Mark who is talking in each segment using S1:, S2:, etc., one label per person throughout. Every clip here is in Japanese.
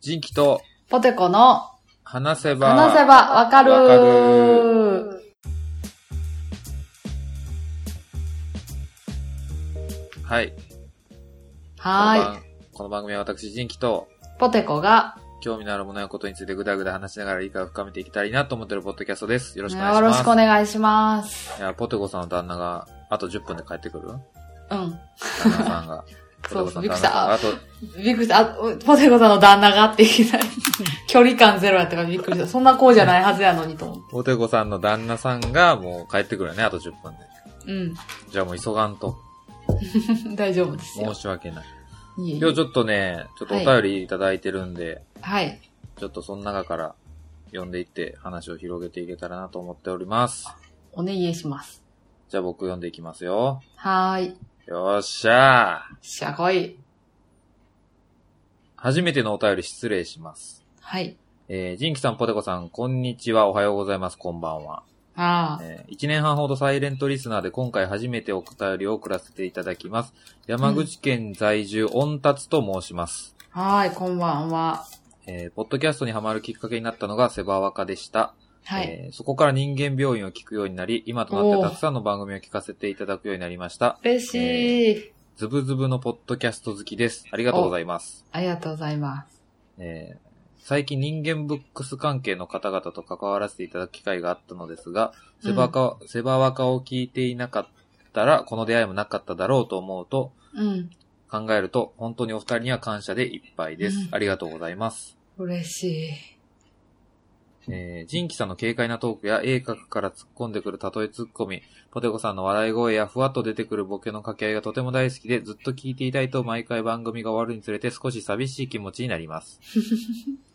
S1: ジンキと
S2: ポテコの
S1: 話せば、
S2: 話せばわかる
S1: わかるはい。
S2: は
S1: この番この番組は私、ジンキと、
S2: い。ポテコが
S1: 興味のあるものやことについてぐだぐだ話しながら理解を深めていきたいなと思ってるポッドキャストです。よろしくお願い
S2: よ
S1: し
S2: ろ
S1: ま
S2: し
S1: す。
S2: くお願いします。
S1: いや、ポテコさんの旦那が、あと10分で帰ってくる旦
S2: うん。
S1: 那さん が。
S2: そうそ
S1: ポ
S2: う
S1: テコさんの旦那さんがあ
S2: びっくりした。あ、うんポテコさんの旦那がっていきなり距離感ゼロやったからびっくりした。そんな子じゃないはずやのにと思っ
S1: と、ポテコさんの旦那さんがもう帰ってくるよね、あと10分で。
S2: て。う
S1: じゃあもう急がんと。
S2: ん。 大丈夫ですよ
S1: 申。し訳ない。
S2: いえい
S1: 今日
S2: え
S1: ちょっとね、ちょっとお便りいただいてるんで、
S2: はい。
S1: ちょっとその中から読んでいって話を広げていけたらなと思っております。
S2: お願いします。
S1: じゃあ僕読んでいきますよ。
S2: はーい。
S1: よっしゃー。
S2: しゃこい。
S1: 初めてのお便り失礼します。
S2: はい。
S1: えー、ジンキさん、ポテコさん、こんにちは、おはようございます、こんばんは。
S2: ああ。
S1: えー、1年半ほどサイレントリスナーで今回初めてお便りを送らせていただきます。山口県在住、御達と申します。
S2: はーい、こんばんは。
S1: えー、ポッドキャストにハマるきっかけになったのがセバワカでした。
S2: はい。
S1: えーそこから人間病院を聞くようになり、今となって
S2: おー
S1: たくさんの番組を聞かせていただくようになりました。
S2: 嬉しい、
S1: ズブズブのポッドキャスト好きです。ありがとうございます。
S2: ありがとうございます。
S1: えー最近人間ブックス関係の方々と関わらせていただく機会があったのですが、セバカ、セバワカを聞いていなかったら、この出会いもなかっただろうと思うと、
S2: うん。
S1: 考えると、本当にお二人には感謝でいっぱいです。
S2: うん
S1: ありがとうございます。
S2: 嬉しい。
S1: えー、ジンキさんの軽快なトークや鋭角から突っ込んでくる例え突っ込み、ポテコさんの笑い声やふわっと出てくるボケの掛け合いがとても大好きで、ずっと聞いていたいと毎回番組が終わるにつれて少し寂しい気持ちになります。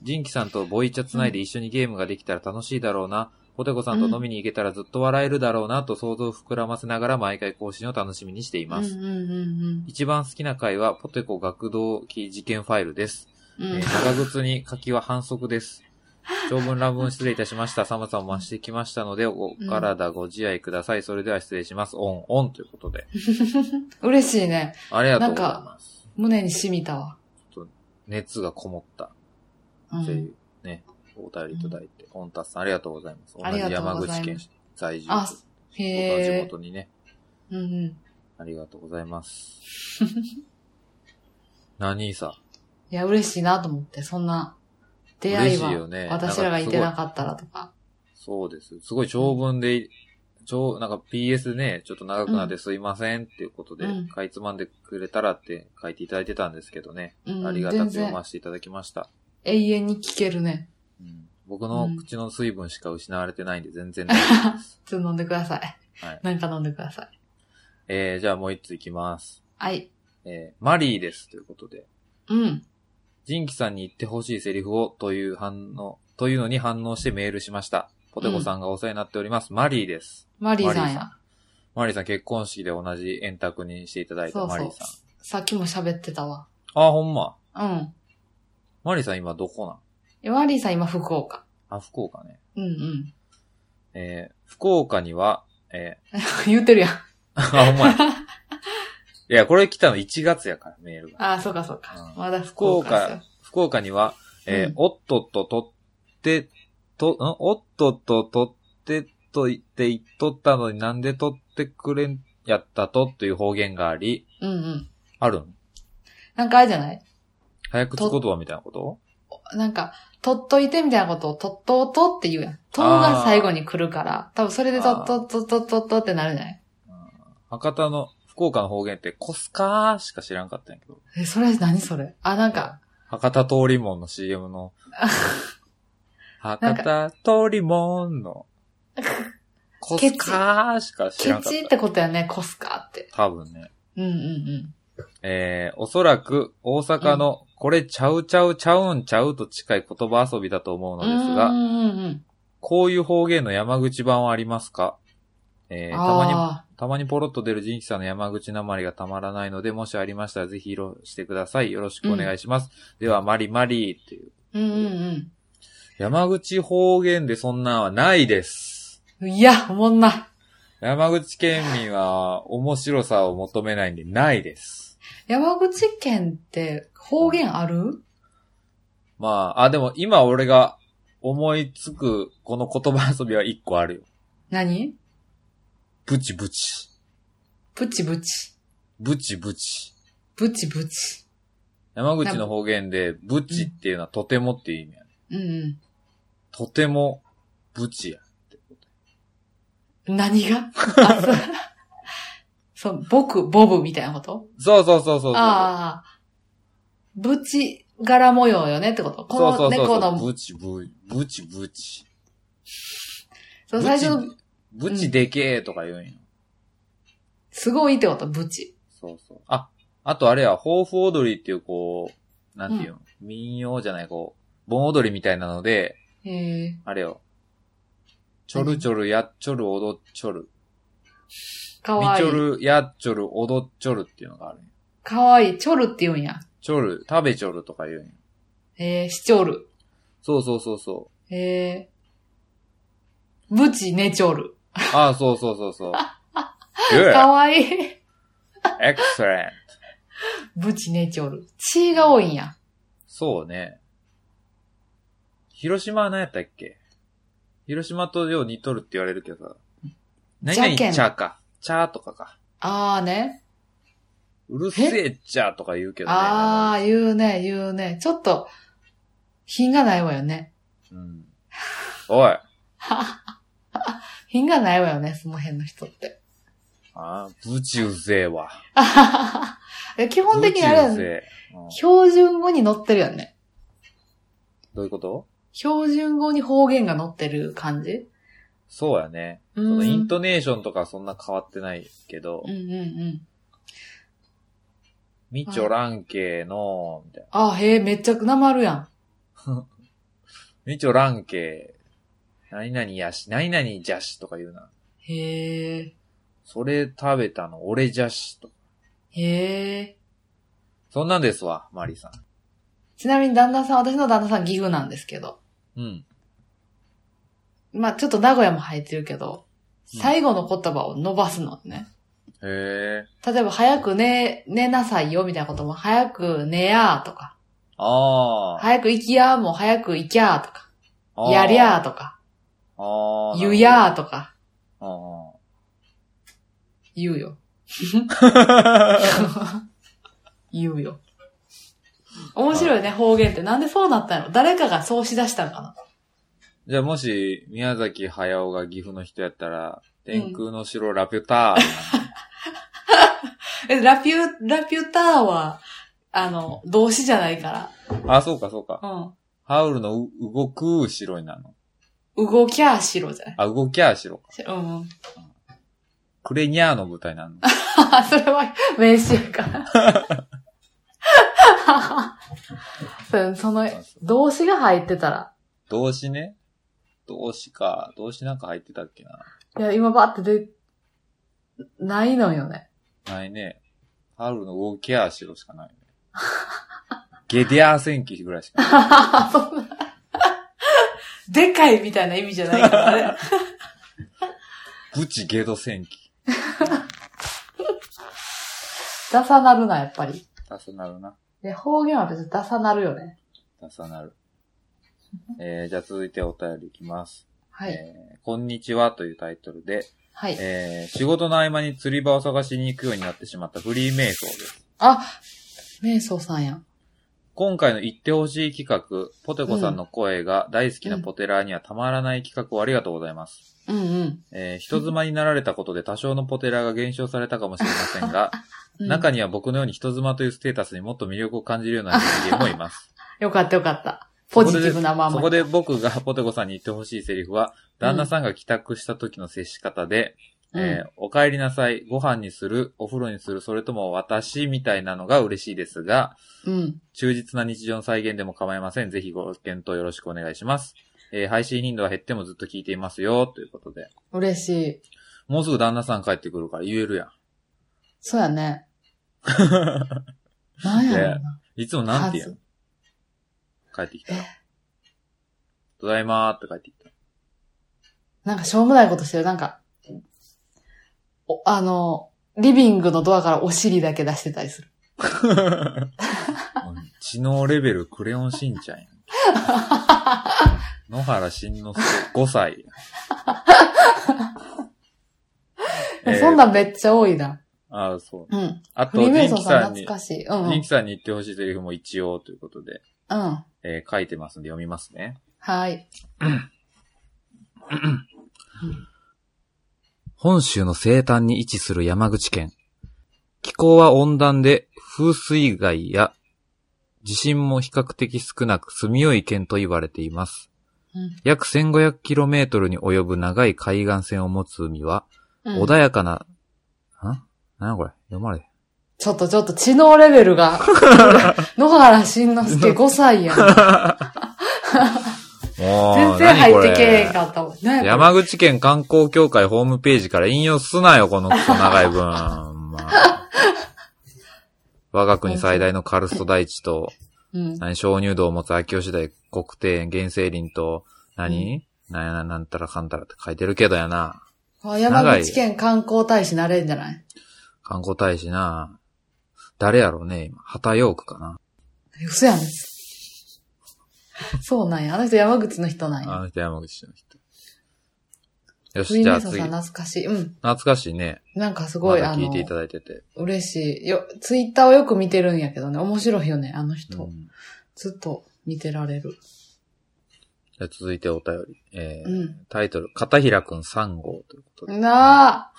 S1: ジンキさんとボイチャつないで一緒にゲームができたら楽しいだろうな、ポテコさんと飲みに行けたらずっと笑えるだろうなと想像を膨らませながら毎回更新を楽しみにしています。
S2: うんうんうん
S1: 一番好きな回はポテコ学童期事件ファイルです。
S2: うん。う
S1: え
S2: ん
S1: ー、長靴に柿は反則 です。長文乱文失礼いたしました。寒さも増してきましたので、お
S2: うん
S1: 体ご自愛ください。それでは失礼します。オン、オンということで。
S2: 嬉しいね。
S1: ありがとうございます。
S2: 胸に染みたわ。
S1: 熱がこもった
S2: う
S1: ってい
S2: ん。
S1: うね、お便りいただいて。オンタスさん、ありがとうございます。
S2: あり
S1: 同
S2: が
S1: じ
S2: とう
S1: 山
S2: ござ
S1: 口
S2: い
S1: 県
S2: ま
S1: 在住。
S2: あ、
S1: 僕の地
S2: へえ。
S1: 元にね、
S2: うんうん。
S1: ありがとうござい ます。何さ、
S2: いや、嬉しいなと思って、そんな出会い
S1: 嬉しいよ
S2: は、
S1: ね
S2: 私らがいてなかったらとか。
S1: そうです。すごい長文で、長、なんか PS ね、ちょっと長くなってすいませんっていうことで、
S2: うん
S1: かいつまんでくれたらって書いていただいてたんですけどね。
S2: うん
S1: ありがた
S2: 全
S1: く読
S2: 然
S1: ませていただきました。
S2: 永遠に聞けるね。
S1: うん僕の
S2: うん
S1: 口の水分しか失われてないんで全 然大丈夫です。
S2: 普通飲んでください。
S1: はい
S2: なんか飲んでください。
S1: えー、じゃあもう一ついきます。
S2: はい。
S1: えー、マリーですということで、
S2: うん。
S1: ジンキさんに言ってほしいセリフをという反応、というのに反応してメールしました。ポテコさんがお世話になっております。マリーです。
S2: マリーさん
S1: マリーさ
S2: や。
S1: マリーさん結婚式で同じ円卓にしていただい
S2: そ
S1: た
S2: うそ
S1: マリー
S2: う
S1: さん。。
S2: さっきも喋ってたわ。
S1: あ、ほんま。
S2: うん。
S1: マリーさん今どこなん
S2: えマリーさん今福岡。
S1: あ、福岡ね。
S2: うんうん。
S1: えー、福岡には、え
S2: 言ってるやん。
S1: ー、 あ、ほ んまや。いや、これ来たの1月やから、メールが。
S2: ああ、そうかそうか。
S1: うん
S2: まだ福
S1: 福
S2: 岡です
S1: 岡
S2: よ。、
S1: 福岡には、えー
S2: うん
S1: おっとっととって、と、んおっとっととってと言って言っとったのになんでとってくれん、やったとという方言があり、
S2: うんうん。
S1: あるん
S2: なんかあれじゃない
S1: 早口言葉みたいなこと
S2: なんか、とっといてみたいなことをとっとうとって言うやん。とうが最後に来るから、多分それでとっとっとっとっとっとってなるんじゃない
S1: 博多の、福岡の方言って、コスカーしか知らんかったんやけど。
S2: え、それ何それあ、なんか、
S1: 博多通りもんの CM の。博多通りもんの。コスカーしか知
S2: ケ
S1: らんかっ。
S2: チったてことやね、コスカって。
S1: 多分ね。
S2: うんうんうん。
S1: えー、おそらく大阪の、これちゃうちゃうちゃうんちゃうと近い言葉遊びだと思うのです
S2: う
S1: が、
S2: んうんうん。
S1: こういう方言の山口版はありますかえー、たまに
S2: あ
S1: たまにポロッと出るジンキさんの山口なまりがたまらないので、もしありましたらぜひ披露してください。よろしくお願いします。では、マリマリーっていう。
S2: ーうんうん
S1: 山口方言でそんなんはないです。
S2: うん。いや、おもんな。
S1: 山口県民は面白さを求めないんで、ないです。
S2: 山口県って方言ある
S1: まあ、あ、でも今俺が思いつくこの言葉遊びは一個あるよ。
S2: 何
S1: ブチブチ。
S2: ブチブチ。
S1: ブチブチ。
S2: ブチブチ。
S1: 山口の方言で、ブチっていうのはとてもっていう意味やね。
S2: うん
S1: とても、ブチや。
S2: うん。何が あそうそう、僕、ボブみたいなこと
S1: そうそうそうそうそう。
S2: ああ。ブチ柄模様よねってことこ
S1: そうそ
S2: の
S1: うそうそ
S2: 猫
S1: う。
S2: の、
S1: ブチブ、ブチブチ。
S2: そう最初
S1: ブ
S2: の
S1: チ、ブチでけえとか言うんよ。
S2: すごいってことブチ。
S1: そうそう。あ、あとあれや、抱負踊りっていうこう、なんていうの、民謡じゃない、こう、盆踊りみたいなので、
S2: へえ。
S1: あれよ。ちょるちょるやっちょる踊っちょる。
S2: か
S1: み
S2: わい
S1: ちょ
S2: い。
S1: るやっちょる踊っちょるっていうのがあるんよ。
S2: かわいい。チョルって言うんや。
S1: ちょる、食べちょるとか言うんよ。
S2: へえ、シチョル。
S1: そうそうそうそう。
S2: へえ。ブチネチョル。
S1: ああ、そうそうそう そう。
S2: か
S1: Good!
S2: わい い。
S1: Excellent!
S2: ブチネチョル。血が多いんや。
S1: そうね。広島は何やったっけ広島とよう似とるって言われるけどさ。何々
S2: じゃ
S1: ち
S2: けん
S1: ゃか。ちゃとかか。
S2: ああね。
S1: うるせえちゃとか言うけどね。
S2: ああ、言うね、言うね。ちょっと、品がないわよね。
S1: うん。おい。あ
S2: 品がないわよね、その辺の人って。
S1: あ、ぶちうぜえわ。
S2: あははは基本的にあれ
S1: ぶ
S2: や
S1: ちう
S2: ね。
S1: ぜえうん
S2: 標準語に載ってるよね。
S1: どういうこと
S2: 標準語に方言が載ってる感じ
S1: そうやね。
S2: う
S1: そ
S2: ん。う
S1: の
S2: ん
S1: イントネーションとかそんな変わってないけど
S2: うんう、ん。
S1: みちょらんけーの、みたいな。
S2: あーへえ、めっちゃなまるやん。
S1: みちょらんけー、何々やし、何々じゃしとか言うな。
S2: へえ、
S1: それ食べたの俺じゃしと。
S2: へえ。
S1: そんなんですわ、マリさ
S2: ちなみに旦那さん、私の旦那さん岐阜なんですけど。
S1: ん。うん。
S2: まあちょっと名古屋も入ってるけど、
S1: うん
S2: 最後の言葉を伸ばすのね。
S1: へえ。
S2: 例えば、早く寝、寝なさいよみたいなことも、早く寝やーとか、
S1: あー
S2: 早く行きやーも早く行きゃーとか、
S1: あー。
S2: やりゃーとか、
S1: あー。
S2: 言うやーとか
S1: なるほ
S2: 言うよ。
S1: ど。あー
S2: 言うよ。面白いね、方言って。なんでそうなったの誰かがそうしだしたのかな
S1: じゃあもし、宮崎駿が岐阜の人やったら、天空の城ラピュター。
S2: え、ラピュ、ラピュターは、あの、動詞じゃないか
S1: あ、そうかそうか。
S2: ら。
S1: ハウルのう動く城になるの。
S2: うん。動きゃーしろじゃない
S1: あ、動きゃあ城か。
S2: うん。
S1: クレニャーの舞台なの。
S2: あ、 それは名詞や から。そその、動詞が入ってたら。
S1: 動詞ね。動詞か。動詞なんか入ってたっけな。
S2: いや、今バーって出、ないのよね。
S1: ないね。ハウルの動きゃあ城しかないね。ゲデアー戦記ぐらいしかない。
S2: そんな でかいみたいな意味じゃないから ね。
S1: ブチゲド戦記。
S2: ダサなるな、やっぱり。
S1: 出さなるな。
S2: で方言は別にダサなるよね。
S1: 出さなる。えー、じゃあ続いてお便りいきます。
S2: はい。
S1: えーこんにちはというタイトルで、
S2: はい。
S1: えー、仕事の合間に釣り場を探しに行くようになってしまったフリー瞑想です。
S2: あ、瞑想さんやん。
S1: 今回の言ってほしい企画、ポテコさんの声が大好きなポテラーにはたまらない企画をありがとうございます。
S2: うんうん
S1: えー人妻になられたことで多少のポテラーが減少されたかもしれませんが、
S2: うん。
S1: 中には僕のように人妻というステータスにもっと魅力を感じるような人間もいます。
S2: よかったよかった。ポジティブなま
S1: そ
S2: ま
S1: こ。で僕がポテコさんに言ってほしいセリフは、旦那さんが帰宅した時の接し方で、
S2: うん
S1: えーお帰りなさい、ご飯にする、お風呂にする、それとも私みたいなのが嬉しいですが、
S2: うん。
S1: 忠実な日常の再現でも構いません。ぜひご検討よろしくお願いします。えー配信頻度は減ってもずっと聞いていますよ、ということで。
S2: 嬉しい。
S1: もうすぐ旦那さん帰ってくるから言える や
S2: そうやね。なんやろうな。
S1: ん。いつもなんて言うの帰ってきたら。ただいまーって帰ってきた。
S2: なんかしょうもないことしてる。なんか、お、あの、リビングのドアからお尻だけ出してたりする。
S1: もう知能レベルクレヨンしんちゃんやん。野原慎之介5歳。えー
S2: そんなんめっちゃ多いな。
S1: ああ、そう。
S2: うん。
S1: あ
S2: フ
S1: と、
S2: リーメイ
S1: ジ
S2: ソ
S1: ン
S2: ン
S1: キ
S2: さん
S1: さんに
S2: 懐、かしい。うん。う
S1: ジン
S2: ん
S1: キ。さんに言ってほしいセリフも一応ということで、
S2: うん
S1: えー書いてますんで読みますね。
S2: はい。
S1: 本州の西端に位置する山口県。気候は温暖で、風水害や地震も比較的少なく住みよい県と言われています。
S2: うん
S1: 約 1500km に及ぶ長い海岸線を持つ海は、
S2: うん
S1: 穏やかな、んなんやこれ読まれ。
S2: ちょっとちょっと知能レベル が。野原慎之介5歳やん。
S1: 全
S2: 全然入ってけえへんかったもん。何やこ
S1: 山口県観光協会ホームページから引用すなよ、このクソ長い文。まあ我が国最大のカルスト大地と、
S2: れうん。
S1: 何、鍾乳洞を持つ秋吉台、国庭園、原生林と、何、なんやな、なんたらかんたらって書いてるけどやな。
S2: あ山口県観光大使なれんじゃない
S1: 観光大使な。誰やろうね、今。畑陽区かな。
S2: 嘘やん。そうなんや。あの人山口の人なん
S1: あ
S2: や。
S1: の人山口市の人。よ
S2: フ
S1: し、じ
S2: リーメ
S1: ゃ
S2: イ
S1: あ
S2: ソン
S1: 次。
S2: さん
S1: 懐
S2: 懐かしい。うん。
S1: かしいね。
S2: なんかすご
S1: ま
S2: い、
S1: だ
S2: あ
S1: 聞い
S2: の
S1: て、いただいてて。
S2: 嬉しい。よ、ツイッターをよく見てるんやけどね。面白いよね、あの人。
S1: うん
S2: ずっと見てられる。
S1: じゃあ続いてお便り。えー
S2: うん。
S1: タイトル、片平くん3号ということで。
S2: なあ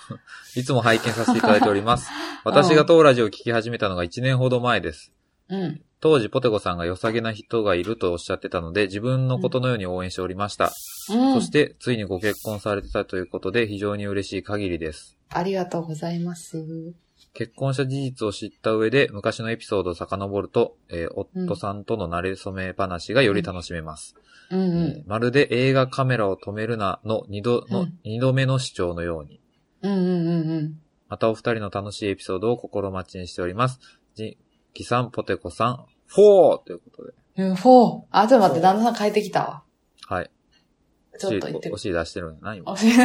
S1: いつも拝見させていただいており ます。私が当ラジオを聞き始めたのが1年ほど前です。
S2: うん。
S1: 当時、ポテコさんが良さげな人がいるとおっしゃってたので、自分のことのように応援しておりました。
S2: う
S1: そ
S2: ん
S1: し。て、ついにご結婚されてたということで、非常に嬉しい限りです。
S2: ありがとうございます。
S1: 結婚した事実を知った上で、昔のエピソードを遡ると、えー
S2: うん
S1: 夫さんとの馴れ初め話がより楽しめます。
S2: うん
S1: えーまるで映画カメラを止めるなの二度の、
S2: うん
S1: 二度目の主張のように。
S2: うん。うんうんうんうん。
S1: またお二人の楽しいエピソードを心待ちにしております。ジンキさん、ポテコさん、フォーということで。
S2: うん、4。あ、ちょっと待って、旦那さん帰ってきたわ。
S1: はい。
S2: ちょっと言って
S1: お尻出してるんやな、今。
S2: おし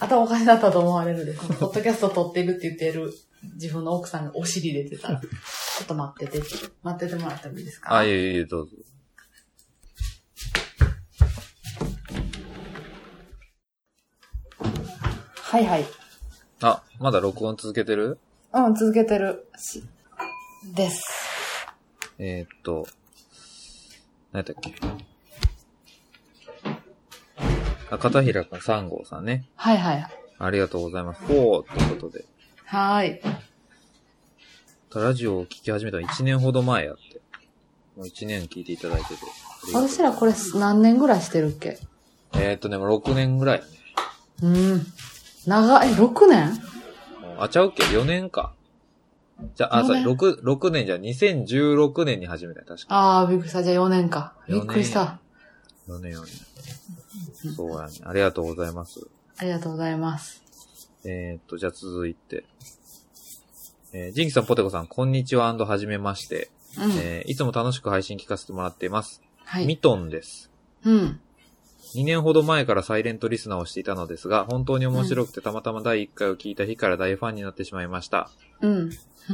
S2: 頭おかしだったと思われるで、このポッドキャスト撮ってるって言ってる自分の奥さんがお尻出てたら、ちょ っと待ってて、待っててもらってもいいですか
S1: あ、いえいえいえ、どうぞ。
S2: はいはい。
S1: あ、まだ録音続けてる
S2: うん、続けてる。しです。
S1: えー、っと、何やったっけ。あ、片平くん3号さんね。
S2: はいはい。
S1: ありがとうございます。フォーということで。
S2: はーい。
S1: ラジオを聞き始めたの1年ほど前やって。もう1年聞いていただいてて。ありがとう
S2: 私らこれ何年ぐらいしてるっけ
S1: えー、っとね、もう6年ぐらいね。
S2: うん。長い、6年
S1: あ、ちゃうっけ ?4 年か。じゃあ、あ、
S2: 四
S1: さ、
S2: 年
S1: 6、6年じゃ、2016年に始めたよ確か。
S2: あー、びっくりした。じゃあ4年か。びっくりし
S1: 四年
S2: た。
S1: 4年4年。そうやね。ありがとうございます。
S2: ありがとうございます。
S1: えー、っと、じゃあ続いて。えー、ジンキさん、ポテコさん、こんにちははじめまして。
S2: うん。
S1: えー、いつも楽しく配信聞かせてもらっています。
S2: は
S1: ミ
S2: い。
S1: トンです。
S2: うん。
S1: 2年ほど前からサイレントリスナーをしていたのですが、本当に面白くてたまたま第1回を聞いた日から大ファンになってしまいました。
S2: うん。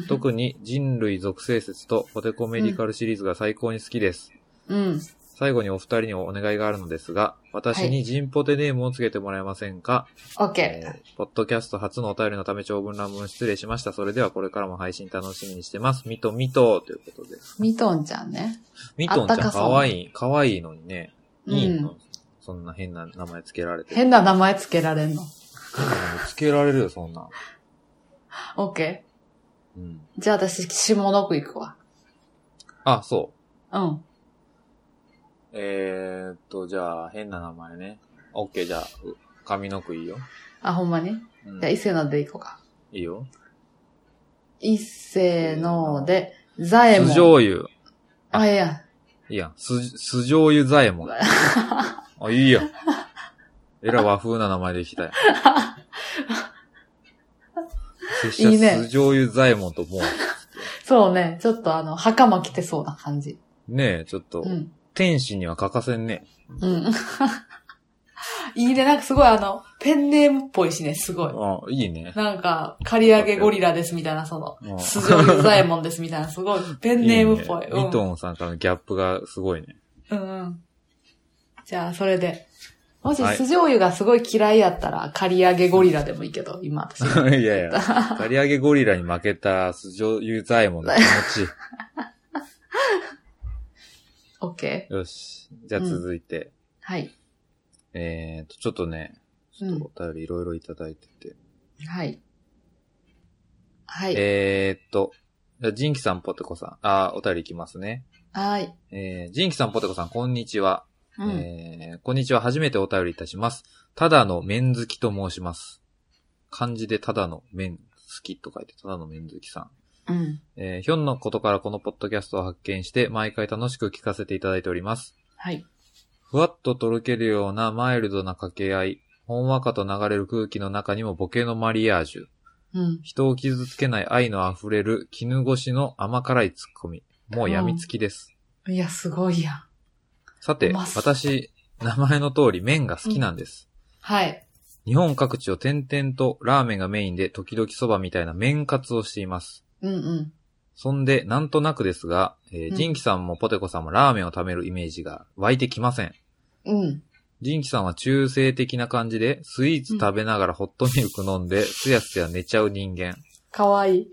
S1: 特に人類属性説とポテコメディカルシリーズが最高に好きです。
S2: うん。
S1: 最後にお二人にお願いがあるのですが、私にジンポテネームをつけてもらえませんか、
S2: OK。
S1: えーポッドキャスト初のお便りのため長文乱文失礼しました。それではこれからも配信楽しみにしてます。ミトミトということで。
S2: ミトンちゃんね。
S1: ミトンち
S2: あ
S1: ゃ
S2: った
S1: ん
S2: かそう
S1: 可愛い、可愛いのにね。
S2: うん
S1: いいの、そんな変な名前つけられて。
S2: 変な名前つけられんの。
S1: つけられるよ、そんな。
S2: OK。
S1: うん。
S2: じゃあ私、下の句行くわ。
S1: あ、そう。
S2: うん。
S1: えー、っと、じゃあ、変な名前ね。オッケー、じゃあ、う上の句いいよ。
S2: あ、ほんまにじ
S1: うん
S2: ゃあ、伊勢ので行こうか。
S1: いいよ。
S2: 伊勢ので、ザエ
S1: 酢
S2: モン。
S1: 醤油。
S2: あ、いや。
S1: いいやん。す、酢醤油左衛門。あ、いいやん。えらい和風な名前できたやん。拙者
S2: いいね
S1: 酢醤油左衛門とも
S2: そうね。ちょっとあの、袴着てそうな感じ。
S1: う、ねえ、ちょっと、
S2: うん。
S1: 天使には欠かせんね。
S2: うん。いいね、なんかすごいあの、ペンネームっぽいしね、すごい。
S1: うん、いいね。
S2: なんか、刈り上げゴリラですみたいな、その、
S1: うん
S2: 素性ユザエモンですみたいな、すごい、ペンネームっぽい。
S1: いね
S2: うん
S1: ミトンさんからのギャップがすごい ね。
S2: うんうん。じゃあ、それで。もし
S1: はい、
S2: 酢醤油がすごい嫌いやったら、刈り上げゴリラでもいいけど、今私。
S1: いやいや、刈り上げゴリラに負けた、スジョユーザイモンの気持ち
S2: オッケー。
S1: いい。よし。じゃあ続いて。
S2: はい。
S1: えーと、ちょっとね、ちょっとお便りいろいろいただいてて。
S2: はい。はい。
S1: えーっと、じゃあジンキさん、ポテコさん。あー、お便りいきますね。
S2: はい。
S1: えー、ジンキさん、ポテコさん、こんにちは。
S2: うん。
S1: えー、こんにちは。初めてお便りいたします。ただの麺好きと申します。漢字でただの麺好きと書いて、ただの麺好きさん。
S2: うん。
S1: えー、ひょんのことからこのポッドキャストを発見して、毎回楽しく聞かせていただいております。
S2: はい。
S1: ふわっととろけるようなマイルドな掛け合い、ほんわかと流れる空気の中にもボケのマリアージュ、
S2: うん。
S1: 人を傷つけない愛の溢れる絹越しの甘辛いツッコミ、もう病みつきです。
S2: いや、すごいやん。
S1: さて
S2: うま、そう
S1: 私、名前の通り麺が好きなんです。
S2: はい。
S1: 日本各地を点々とラーメンがメインで時々そばみたいな麺活をしています。
S2: うんうん。
S1: そんで、なんとなくですが、えー
S2: うん
S1: ジンキさんもポテコさんもラーメンを食べるイメージが湧いてきません。
S2: うん。
S1: ジンキさんは中性的な感じで、スイーツ食べながらホットミルク飲んで、すやすや寝ちゃう人間。
S2: かわいい。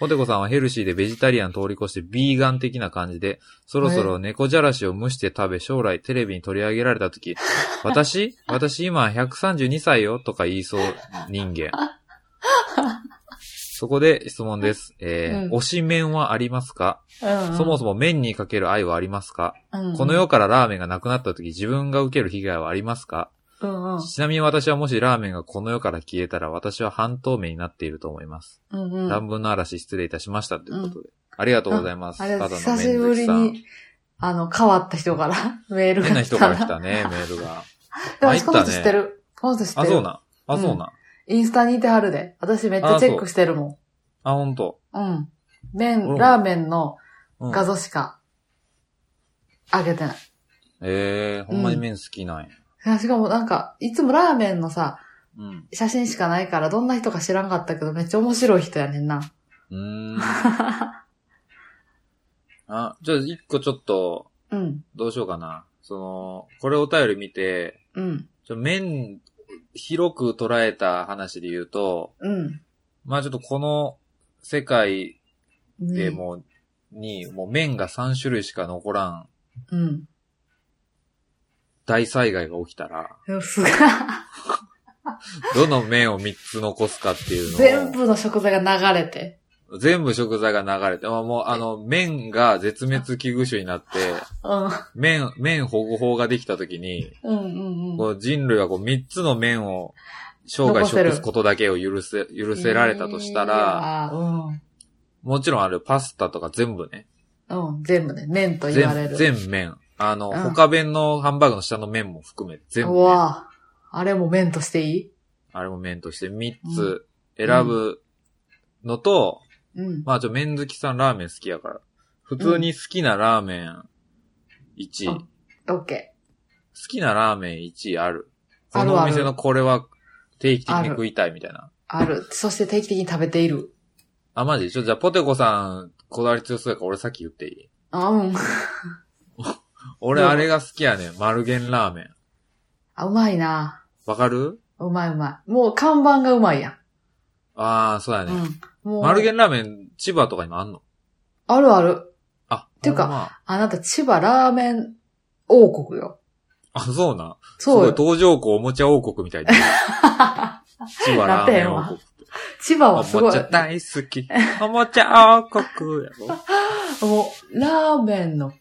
S1: ポテコさんはヘルシーでベジタリアン通り越してビーガン的な感じで、そろそろ猫じゃらしを蒸して食べ、将来テレビに取り上げられた時、 私私今132歳よとか言いそう人間。そこで質問です。えー
S2: うん
S1: 推し麺はありますか、
S2: うん、うん。
S1: そもそも麺にかける愛はありますか、
S2: うんうん、
S1: この世からラーメンがなくなった時、自分が受ける被害はありますか
S2: うんうん。
S1: ちなみに私はもしラーメンがこの世から消えたら私は半透明になっていると思います。
S2: うんうん。
S1: 乱文の嵐失礼いたしましたということで。ありがとうございます。
S2: あれ、
S1: ただの
S2: 久しぶ
S1: 面
S2: り
S1: 倒く
S2: に、あの、変わった人から メール
S1: さん
S2: が来
S1: 変な人
S2: た。
S1: から来た ね、メールが。
S2: でも
S1: あいたね
S2: 私この人知ってる。この人知ってる。
S1: あ、そうなん。あ、そうなん。
S2: インスタにいてはるで。私めっちゃチェックしてるも
S1: あ、ほんと。
S2: ん。うん。麺、
S1: 俺も
S2: ラーメンの
S1: うん
S2: 画像しか、あげてない。
S1: えー、ほんまに麺好きなんや。
S2: いやしかもなんか、いつもラーメンのさ、
S1: うん。
S2: 写真しかないから、どんな人か知らんかったけど、めっちゃ面白い人やねんな。
S1: うーん。あ、じゃあ一個ちょっと、
S2: うん。
S1: どうしようかな。その、これお便り見て、
S2: うん。
S1: ちょ麺、広く捉えた話で言うと、
S2: うん。
S1: まあちょっとこの世界
S2: うん
S1: でもう、に、もう麺が3種類しか残らん
S2: うん。
S1: 大災害が起きたら、
S2: でもすごい。
S1: どの麺を3つ残すかっていうのを、
S2: 全部の食材が流れて。
S1: 全部食材が流れて、まあもうあの、麺が絶滅危惧種になって、
S2: うん。
S1: 麺、麺保護法ができた時に、
S2: うんうんう
S1: こ
S2: ん。
S1: う人類はこう3つの麺を生涯
S2: 残せる
S1: 食すことだけを許せ、許せられたとしたら、
S2: いやー
S1: もちろんあるパスタとか全部ね、
S2: うん。うん。全部ね、麺と言われ
S1: 全、
S2: る。
S1: 全麺。あの、
S2: うん
S1: 他弁のハンバーグの下の麺も含めて、全部
S2: う
S1: 麺、
S2: わぁ。あれも麺としていい
S1: あれも麺として3つ選ぶのと、
S2: うん。
S1: まあちょ、麺好きさんラーメン好きやから、普通に好きなラーメン1位、
S2: あ
S1: 好
S2: オッケ
S1: きなラーメン1位ある。こ
S2: ある
S1: のお
S2: ある
S1: 店のこれは定期的に食いたいみたいな。
S2: ー。ある。そして定期的に食べている。
S1: あ、マジちょ、じゃあポテコさんこだわり強そうやから俺さっき言っていい
S2: あ、うん。
S1: 俺
S2: どう
S1: あれが好きやねん。丸源ラーメン。
S2: あ、うまいな
S1: わかる
S2: うまいうまい。もう看板がうまいやん。
S1: ああ、そうやね。
S2: うん。もう。
S1: 丸源ラーメン、千葉とかにもあんの
S2: あるある。
S1: あ、
S2: ていうか
S1: ほんま
S2: あなた千葉ラーメン王国よ。
S1: あ、そうなん。
S2: そうよ
S1: す。ごい東条湖おもちゃ王国み たいな。千葉ラーメン王国。
S2: 千葉はす
S1: お
S2: ご
S1: も
S2: い
S1: ちゃ。大好き。 おもちゃ王国やろ。
S2: もう、ラーメンの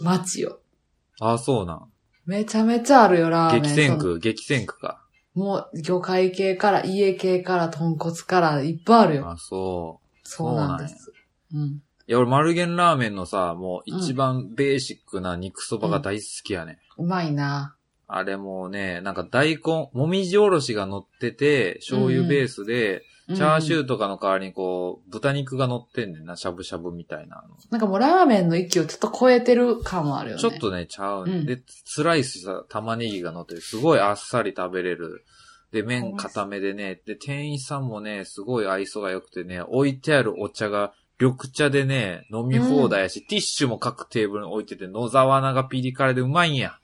S2: 街よ。
S1: あ、そうなん。
S2: めちゃめちゃあるよ、ラーメン。
S1: 激戦
S2: その
S1: 区、激戦区か。
S2: もう、魚介系から、家系から、豚骨から、いっぱいあるよ。
S1: あ、そ
S2: そうなんです。うん。
S1: う。いや、俺、丸源ラーメンのさ、もう一番ベーシックな肉そばが大好きやね。
S2: うまいな
S1: あれもうね、なんか大根、もみじおろしが乗ってて、醤油ベースで、チャーシュ
S2: ー。
S1: ーとかの代わりにこう、豚肉が乗ってんねんな、しゃぶしゃぶみたいなの。
S2: なんかもうラーメンの域をちょっと超えてる感はあるよね。
S1: ちょっとね、ちゃう、
S2: うん
S1: ん、で、スライスした玉ねぎが乗ってて、すごいあっさり食べれる。で、麺固めでね、で、店員さんもね、すごい愛想が良くてね、置いてあるお茶が緑茶でね、飲み放題やし、ティッシュも各テーブルに置いてて、野沢菜がピリ辛でうまいんや。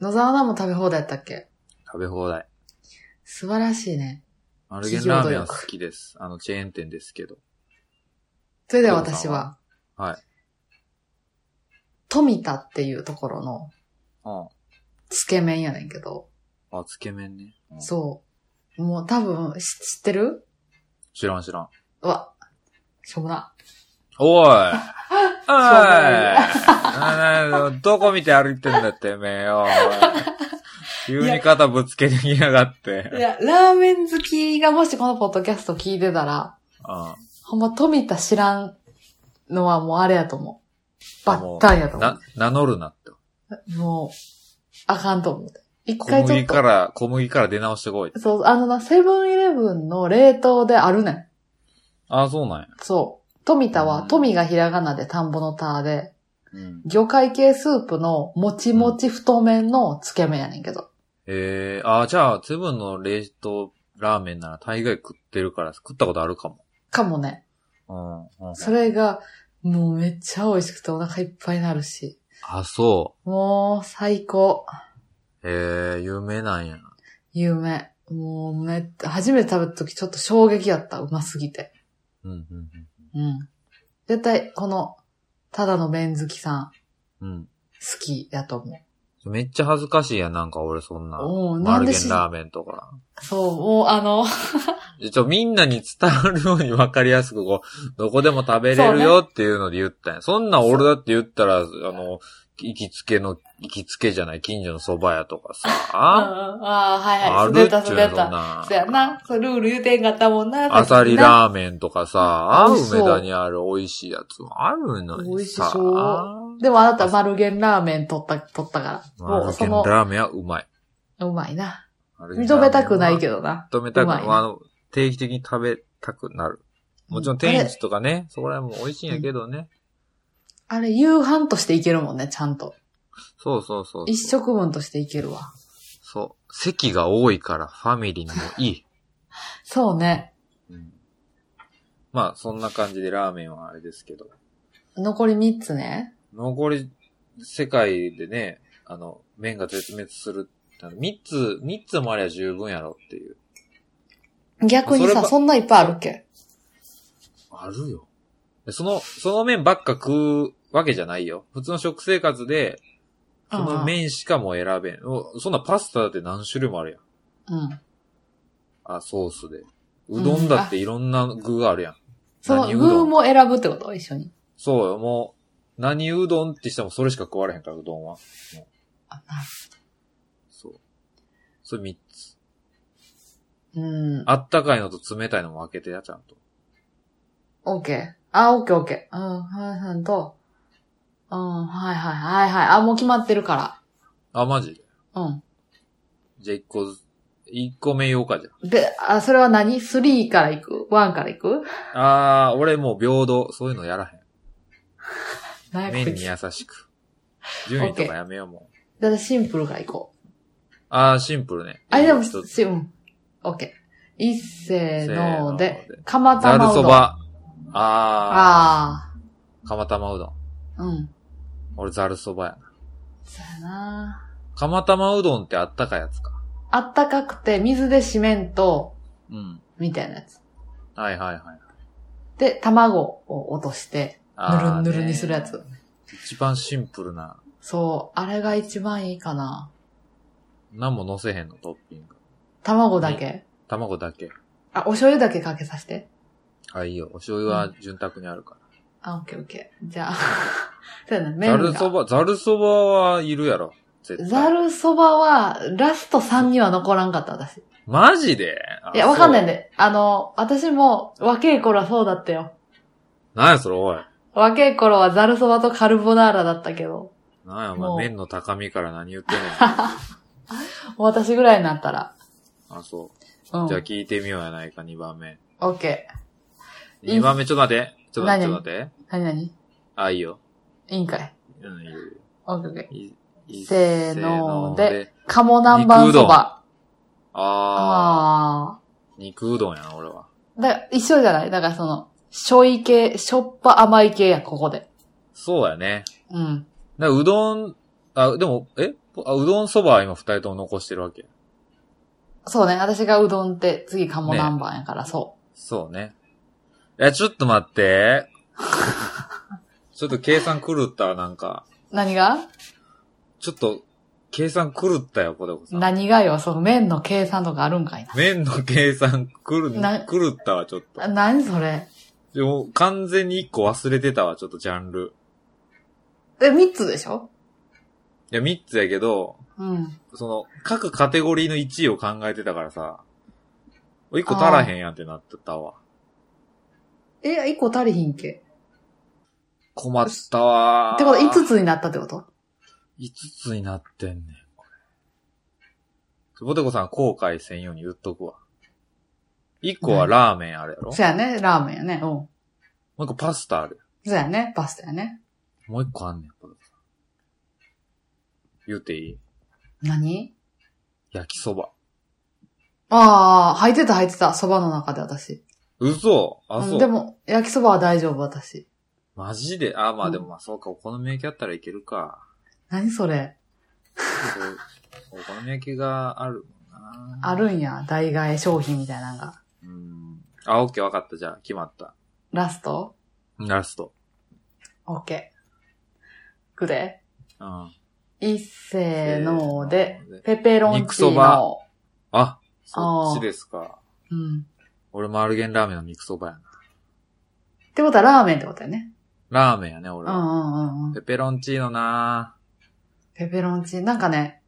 S2: 野沢菜も食べ放題やったっけ
S1: 食べ放題。
S2: 素晴らしいね。
S1: マルゲンラーメンは好きです。あの、チェーン店ですけど。
S2: それでは私は、
S1: はい。
S2: 富田っていうところの
S1: うん。
S2: つけ麺やねんけど、
S1: あ、つけ麺ね。うん
S2: そう。もう多分、し知ってる
S1: 知らん知らん。
S2: うわ、しょうもな。
S1: おいおい
S2: ない
S1: あのどこ見て歩いてんだってめえ よ。急に肩ぶつけてきやがって。
S2: いや、ラーメン好きがもしこのポッドキャスト聞いてたら、
S1: あ
S2: ほんま富田知らんのはもうあれやと思う。バッタンやと思
S1: な
S2: う。、
S1: 名乗るなって。
S2: もう、あかんと思う。一
S1: 小
S2: 回ちょっ
S1: 麦
S2: と
S1: か。ら、小麦から出直してこい。
S2: そう、あのな、セブンイレブンの冷凍であるねん。
S1: あ、そうなんや。
S2: そう。富田は、
S1: うん
S2: 富がひらがなで田んぼの田で、
S1: うん。
S2: 魚介系スープのもちもち太麺のつけ麺やねんけど。
S1: えー、あ、じゃあ、セブンの冷凍ラーメンなら大概食ってるから、食ったことあるかも。
S2: かもね。
S1: うん。うん、
S2: それが、もうめっちゃ美味しくてお腹いっぱいになるし。
S1: あ、そ
S2: もう最高。
S1: う。えー、有名なんや。
S2: 有名。もうめっ初めて食べた時ちょっと衝撃やった。うますぎて。
S1: うん、うん、
S2: うん。絶対、この、ただの麺好きさん、
S1: うん。うん。
S2: 好きやと思う。
S1: めっちゃ恥ずかしいやん、なんか俺そんな。
S2: うんな
S1: マ
S2: ん
S1: ル
S2: で
S1: ゲ
S2: し
S1: ンラーメンとか。
S2: そう、もうあの、
S1: ちょっとみんなに伝わるように分かりやすく、こう、どこでも食べれるよっていうので言ったんや。そんなん俺だって言ったら、あの、行きつけの、行きつけじゃない、近所の蕎麦屋とかさ。
S2: うん
S1: あ
S2: うん ああ、はいはい。
S1: るっち
S2: 出
S1: ゅ
S2: た、
S1: う
S2: 出
S1: のそん
S2: た。
S1: な
S2: そ。やな。そう、ルール言うてんかったもんな。
S1: あさり
S2: だ
S1: ラーメンとかさ、
S2: 美味しそう
S1: 梅田にある美味しいやつもあるのにさ。
S2: 美味しそうでもあなた丸源ラーメン取った、取ったから。
S1: マ
S2: も
S1: ル
S2: う
S1: ゲ
S2: そ
S1: ン
S2: の、
S1: ラーメンはうまい。
S2: うまいな。
S1: マルゲンラーメン
S2: 認
S1: は
S2: めたくないけどな。
S1: 認めたくな
S2: うまい
S1: い。
S2: な
S1: あの、定期的に食べたくなる。もちろん天一とかね、そこら辺も美味しいんやけどね。
S2: あれ、夕飯としていけるもんね、ちゃんと。
S1: そうそうそうそう。
S2: 一食分としていけるわ。
S1: そう。席が多いからファミリーにもいい。
S2: そうね。
S1: うんまあ、そんな感じでラーメンはあれですけど。
S2: 残り3つね。
S1: 残り、世界でね、あの、麺が絶滅する。あの三つ、三つもあれば十分やろっていう。
S2: 逆に
S1: それ
S2: さ、
S1: ば
S2: そんないっぱいあるっけ
S1: あるよ。でその、その麺ばっか食うわけじゃないよ。普通の食生活で、その
S2: うん
S1: 麺しかもう選べん。おそんなパスタだって何種類もあるやん。
S2: うん。
S1: あ、ソースで。うどんだっていろんな具があるやん。
S2: その
S1: 何うどん
S2: 具も選ぶってこと一緒に。
S1: そうよ、もう、何うどんってしてもそれしか食われへんから、うどんは。
S2: あな
S1: そう。それ三つ。
S2: うん。
S1: あったかいのと冷たいのも分けてや、ちゃんと。
S2: オッケー。あ、オッケーオッケー。うん、はいはい、と。うん、はいはい、はいはい。あ、もう決まってるか
S1: あ、マジで。
S2: ら。うん。
S1: じゃあ一個ず、一個目言おうか、じゃ
S2: で、あ、それは何 ?3 から行く ?1 から行く
S1: あ。あー、俺もう平等、そういうのやらへん。
S2: 何やこ
S1: 麺
S2: い
S1: に
S2: つ
S1: 優しく。順位とかやめよう、もう。
S2: だってシンプルから行こう。
S1: あー、シンプルね。
S2: あれでも、
S1: 一つ
S2: しうん。オッケー。いっせーので
S1: せーので、
S2: 釜
S1: ざる
S2: 玉う
S1: そ
S2: どん。あ
S1: ば。あ
S2: あ
S1: ー、釜玉うどん。
S2: ー。うん。
S1: 俺ざるそばやな。
S2: そうやな
S1: 釜玉うどんってあったかいやつか。
S2: あったかくて水で締めんと、
S1: うん。
S2: みたいなやつ。
S1: はいはいはい。
S2: で、卵を落として、ぬる
S1: あー
S2: んぬるにするやつ。
S1: ね一番シンプルな。
S2: そう。あれが一番いいかな。
S1: 何も乗せへんの、トッピング。
S2: 卵だけ。
S1: 卵だけ。
S2: あ、お醤油だけかけさせて。
S1: あ、いいよ。お醤油は潤沢にあるか
S2: あ、オッケーオッケー。じゃあ、 そうやな、
S1: ら。ざ
S2: 麺が。
S1: るそば、ざるそばはいるやろ。絶対。
S2: ざるそばは、ラスト3には残らんかった、私。
S1: マジで
S2: いや、わかんないん
S1: ね。
S2: で。あの、私も、若い頃はそうだったよ。
S1: なんやそれ、おい。
S2: 若い頃はざるそばとカルボナーラだったけど、
S1: なんや、
S2: も
S1: お
S2: う
S1: 前、麺の高みから何言ってん の
S2: もう私ぐらいになったら。
S1: あ、そう。
S2: うん
S1: じゃあ聞いてみようやないか、2番目。
S2: オッケ
S1: 2番目、ちょっと待って。ちょっと待って、ちょっと待って。
S2: ー。なになに
S1: あ、いいよ。
S2: いいんかい。
S1: うん、いいよ
S2: オッケーオッケ
S1: いいい
S2: せーので
S1: せーの。
S2: ー。鴨南蛮そば。
S1: あ
S2: あ
S1: ー、肉うどんやな、俺は。
S2: ー。だから一緒じゃないだからその、しょい系、しょっぱ甘い系や、ここで。
S1: そうやね。
S2: うん。
S1: だからうどん、あ、でも、えあうどんそばは今二人とも残してるわけ。
S2: そうね。私がうどんって、次鴨南蛮やから、そ
S1: そうね。いや、ちょっと待って。 ちょっと計算狂った、なんか。
S2: う。何が
S1: ちょっと、計算狂ったよ、ポテコさん。
S2: 何がよ、その麺の計算とかあるんかいな。
S1: 麺の計算狂
S2: な
S1: 狂ったわ、ちょっと
S2: あ。何それ。
S1: でも、完全に一個忘れてたわ、ちょっとジャンル。
S2: え、三つでしょ
S1: いや、三つやけど、
S2: うん。
S1: その、各カテゴリーの1位を考えてたからさ、一個足らへんやんってなってたわ。
S2: え、一個足りひんけ。
S1: 困ったわー。
S2: ってこと、五つになったってこと
S1: 五つになってんねん、これ。ポテコさん後悔せんように言っとくわ。一個はラーメンあるやろ、
S2: そやね、ラーメンやね。うん。
S1: もう一個パスタある。
S2: そやね、パスタやね。
S1: もう一個あんねん、ポテコさん。言うていい
S2: 何
S1: 焼きそば。
S2: ああ、入ってた入ってた、蕎麦の中で私。
S1: 嘘あ、
S2: うん
S1: そう。
S2: でも、焼き蕎麦は大丈夫、私。
S1: マジで、あ、ま
S2: う
S1: あ
S2: ん
S1: でもまあそうか、お好み焼きあったらいけるか。
S2: 何それ
S1: お好み焼きがあるもんな。
S2: あるんや、代替え商品みたいなのが。
S1: うん。あ、オッケーわかった、じゃあ、決まった。
S2: ラスト
S1: ラスト。
S2: オッケー。くれ。
S1: うん。
S2: いっせーので
S1: せーので、
S2: ペペロンチーノ。
S1: 肉そばあ、そっ
S2: あー
S1: ちですか。
S2: うん。
S1: 俺もアルゲンラーメンの肉そばやな。
S2: ってことはラーメンってことやね。
S1: ラーメンやね、
S2: う
S1: 俺
S2: んう
S1: は。
S2: んうんうん。
S1: ペペロンチーノな
S2: ペペロンチーノ。なんかね、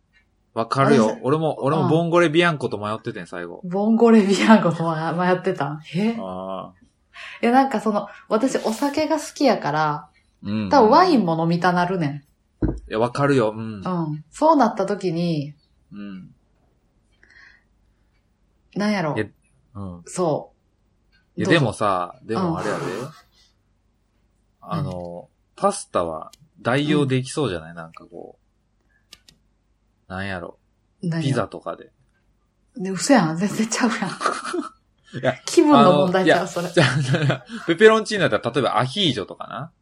S1: ぁわかる
S2: あれ
S1: よ
S2: さ。
S1: 俺も、俺
S2: う
S1: も
S2: ん
S1: ボンゴレビアンコと迷っててん、最後。
S2: ボンゴレビアンコと迷ってた。え
S1: ああ。
S2: いや、なんかその、私お酒が好きやから、
S1: うん。
S2: 多分ワイ
S1: い
S2: ンも飲みたなるね
S1: や、わかるよ。うん
S2: ん。。うん。そうなった時に、
S1: うん。
S2: なんやろ
S1: いやうん。
S2: そ。
S1: いうや、
S2: どう
S1: で
S2: ぞ
S1: もさ、で
S2: うん
S1: もあれやで。あの、パスタは代用できそうじゃないなんかこう。なんやろ。
S2: 何
S1: ピザとかで。
S2: ね、嘘やん。全然ちゃうやん。
S1: いや
S2: 気分の問題ちゃう、それ。
S1: じゃあだから、 ペペロンチーノだったら、例えばアヒージョとかな。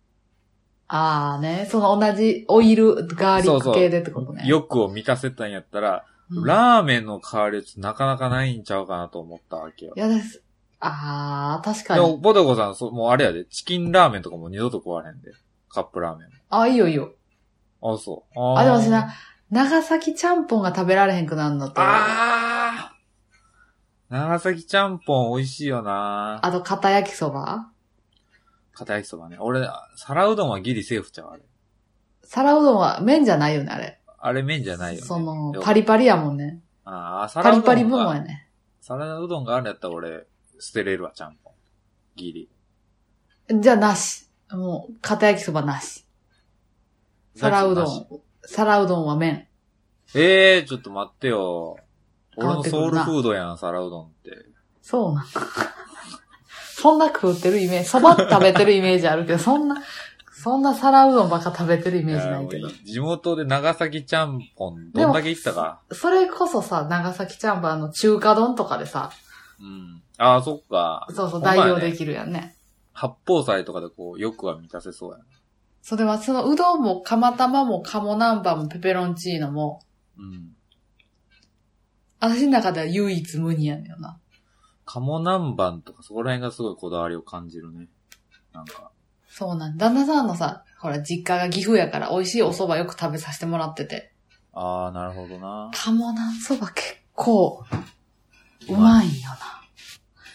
S2: あーね、その同じオイル、ガーリック系でってことね。
S1: 欲を満たせたんやったら、
S2: うん
S1: ラーメンの代わりはちょっとなかなかないんちゃうかなと思ったわけよ
S2: い。やです。あー、確か
S1: でも、
S2: に。
S1: ボドコさん、そうもうあれやで、チキンラーメンとかもう二度と食われへんで。カップラーメン。
S2: あ、いいよいいよ。
S1: あ、そう。あー
S2: あ、でも私な、長崎ちゃんぽんが食べられへんくなるのと、あ
S1: あー長崎ちゃんぽん美味しいよな
S2: と、片焼きそば
S1: 片焼きそばね。俺、皿うどんはギリセーフちゃうあれ。
S2: 皿うどんは麺じゃないよね、あれ。
S1: あれ麺じゃないよ、ね。
S2: その、
S1: でも
S2: パリパリやもんね。
S1: あー
S2: パ
S1: 皿うどん
S2: リパリ部門
S1: は
S2: やね。
S1: 皿うどんがあるんやったら俺、捨てれるわ、ちゃんぽん。ギリ。
S2: じゃあ、なし。もう、片焼きそばなし。皿うど
S1: なし。
S2: ん。皿うどんは麺。
S1: ええー、ちょっと待ってよ。俺
S2: 変わ
S1: の
S2: ってくる
S1: ソ
S2: な
S1: ウルフードやん、皿うどんって。
S2: そうなんだ。そんな食ってるイメージ、そば食べてるイメージあるけど、 そんな、そんな皿うどんばっか食べてるイメージないけ
S1: いや
S2: ど
S1: もう。地元で長崎ちゃんぽん、どんだけ行ったか。
S2: それこそさ、長崎ちゃんぽんあの中華丼とかでさ、
S1: うん。ああ、そっか。
S2: そうそ
S1: ほ
S2: う、
S1: んま
S2: 代
S1: やね
S2: 用できるやんね。
S1: 八宝菜とかでこう、欲は満たせそうやな。
S2: それはそのうどんも釜玉も鴨南蛮もペペロンチーノも、
S1: うん。
S2: 私の中では唯一無二やねんよな。
S1: 鴨南蛮とかそこら辺がすごいこだわりを感じるね。なんか。
S2: そうなんだ。旦那さんのさ、ほら、実家が岐阜やから美味しいお蕎麦よく食べさせてもらってて。
S1: ああ、なるほどな。
S2: 鴨南蕎麦結構、うまいんよ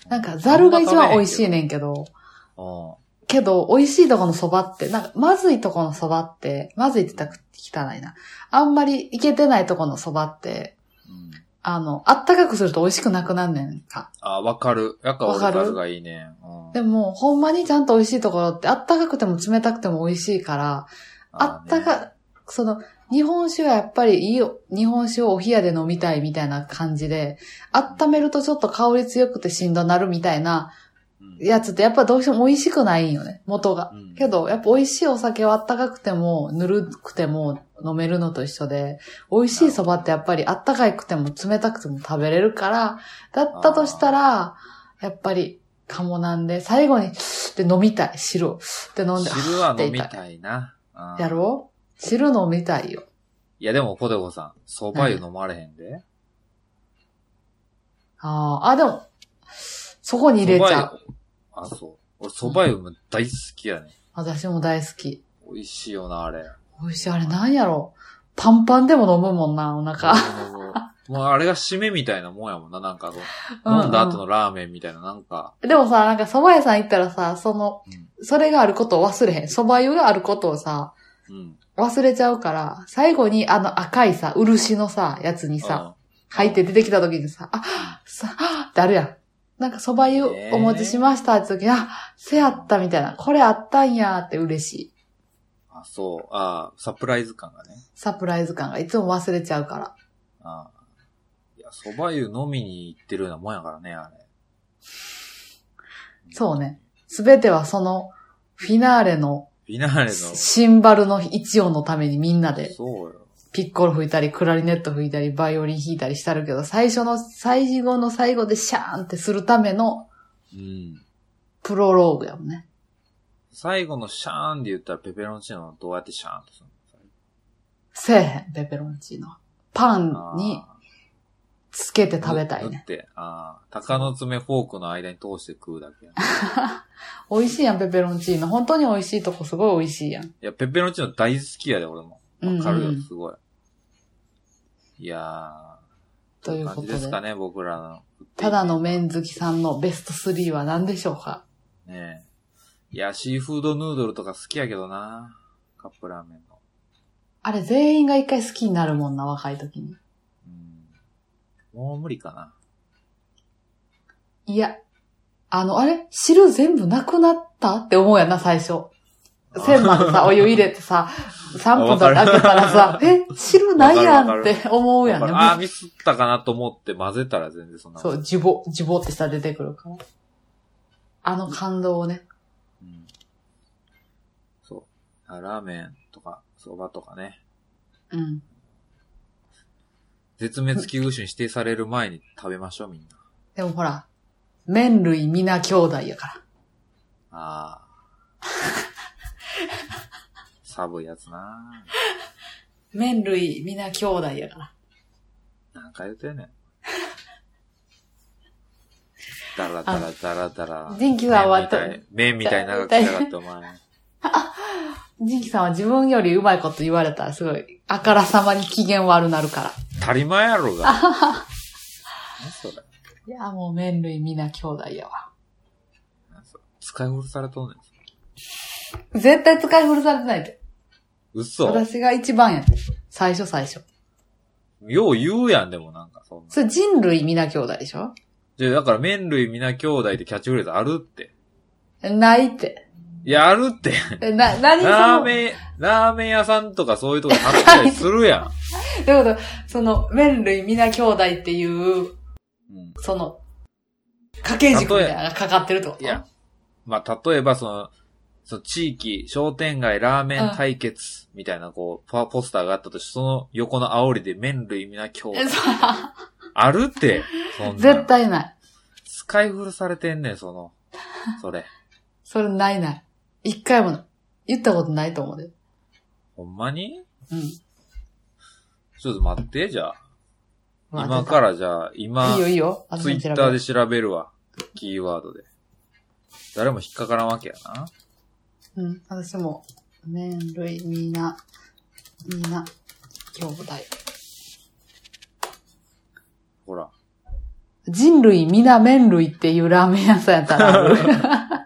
S2: な。なんか、ザルが一番美味しいねんけど、
S1: うん。
S2: けど、美味しいとこの蕎麦って、なんか、まずいとこの蕎麦って、まずいって言ったら汚いな。あんまりいけてないとこの蕎麦って、
S1: うん。
S2: あの、あったかくすると美味しくなくなんねんか。
S1: あーわかる。やっぱ俺
S2: わかる
S1: ザルがいいね。うん。
S2: でも、ほんまにちゃんと美味しいところって、あったかくても冷たくても美味しいから、あった
S1: ーね
S2: か、その、日本酒がやっぱりいいよ、日本酒をお冷やで飲みたいみたいな感じで、温めるとちょっと香り強くてしんどなるみたいな
S1: うん
S2: やつってやっぱどうしても美味しくないんよね、元が。
S1: うん
S2: けど、やっぱ美味しいお酒は温かくても、ぬるくても飲めるのと一緒で、美味しいそばってやっぱり温かくても冷たくても食べれるから、だったとしたら、やっぱり、かもなんで、最後に、って飲みたい、汁を。って飲んで、
S1: 汁は飲みたいな。あー
S2: やろう汁飲みたいよ。
S1: いやでも、ポテコさん、蕎麦湯飲まれへんで。
S2: ああ、あ、でも、そこに入れちゃう。
S1: う。あ、そう。俺、蕎麦湯も大好きやね。
S2: 私も大好き。
S1: 美味しいよな、あれ。
S2: 美味しい。あれなんやろパンパンでも飲むもんな、お腹。
S1: もうあれが締めみたいなもんやもんな、なんかこう、
S2: うん
S1: 飲んだ後のラーメンみたいな、なんか、
S2: でもさ、なんか蕎麦屋さん行ったらさ、その
S1: うん、
S2: それがあることを忘れへん。蕎麦湯があることをさ、
S1: うん。
S2: 忘れちゃうから、最後にあの赤いさ、漆のさ、やつにさ、入って出てきた時にさ、あ、さ、あってあるやん。なんか蕎麦湯お持ちしましたって時に、あ、せやったみたいな。これあったんやって嬉しい。
S1: うん、あ、そう。あーサプライズ感がね。
S2: サプライズ感がいつも忘れちゃうから。
S1: あーいや、蕎麦湯飲みに行ってるようなもんやからね、あれ。
S2: そうね。すべてはその、フィナーレの
S1: フィナーレの。
S2: シンバルの一音のためにみんなで
S1: そうよ。
S2: ピッコロ吹いたり、クラリネット吹いたり、バイオリン弾いたりしたるけど、最初の、最後の最後でシャーンってするための
S1: うん。
S2: プロローグやもんね。
S1: 最後のシャーンで言ったらペペロンチーノはどうやってシャーンとする
S2: せえへん、ペペロンチーノは。パ
S1: の
S2: ンにつけて食べたい
S1: だ
S2: ね
S1: っ。て、ああ、鷹の爪フォークの間に通して食うだけやね、
S2: 美味しいやん、ペペロンチーノ。本当に美味しいとこすごい美味しいやん。
S1: いや、ペペロンチーノ大好きやで、俺も。わかる
S2: うんう
S1: よ、
S2: ん
S1: すごい。いやー。
S2: ということ
S1: ん
S2: で
S1: な感じですかね、僕らの。
S2: ただの麺好きさんのベスト3は何でしょうか
S1: ねえ。いや、シーフードヌードルとか好きやけどな。カップラーメンの。
S2: あれ、全員が一回好きになるもんな、若い時に。
S1: うん。もう無理かな。
S2: いや、あの、あれ汁全部なくなったって思うやんな、最初。千ま でさ、お湯入れてさ、3分とか開けたらさ、え、汁ないやんって思うやんね。
S1: ああー、ミスったかなと思って混ぜたら全然そんな
S2: そ
S1: こと
S2: う、ジュボ、ジュボってさ、出てくるから。あの感動をね。
S1: うんそう。あラーメンとか、そばとかね。
S2: うん。
S1: 絶滅危惧種に指定される前に食べましょう、みんな。
S2: でもほら、麺類皆兄弟やから。
S1: ああ。寒いやつな
S2: 麺類皆兄弟やから。
S1: なんか言うてんねん。だらだらだらだら。
S2: ジンキさんは
S1: 麺みたい麺みたいに長くしやがって、お前。
S2: ジンキさんは自分よりうまいこと言われたらすごい、あからさまに機嫌悪なるから。
S1: 足り前やろが。何それ。
S2: いや、もう麺類皆兄弟やわ。
S1: 何それ。使い古されとんねん。
S2: 絶対使い古されてないって。
S1: 嘘。
S2: 私が一番やって。最初最初。
S1: よう言うやん、でもなんか、そんな。
S2: それ人類皆兄弟でしょ
S1: で、だから麺類皆兄弟ってキャッチフレーズあるって。
S2: ないって。
S1: いや、あるって。
S2: えな、何
S1: ラー
S2: その、
S1: メン、ラーメン屋さんとかそういうとこで買ったりするや
S2: ということ、その、麺類皆兄弟っていう、
S1: ん。うん。
S2: その、家計軸みたいなのがかかってるってこと
S1: いや。まあ、例えばその、その地域、商店街、ラーメン対決、みたいな、こう、パポスターがあったとして、その横の煽りで麺類皆兄弟
S2: え。そう
S1: あるって、そんなん
S2: 絶。対ない。
S1: 使い古されてんねん、その、それ。
S2: それないない。一回もない言ったことないと思うで。
S1: ほんまに
S2: うん。
S1: ちょっと待って、じゃあ。
S2: まあ
S1: 今からじゃあ、今。
S2: いいよいいよ。
S1: ツイッターで調べるわ。キーワードで。誰も引っかからんわけやな。
S2: うん、私も、麺類、みな、みな、兄弟。
S1: ほら。
S2: 人類、みな、麺類っていうラーメン屋さんやったらある。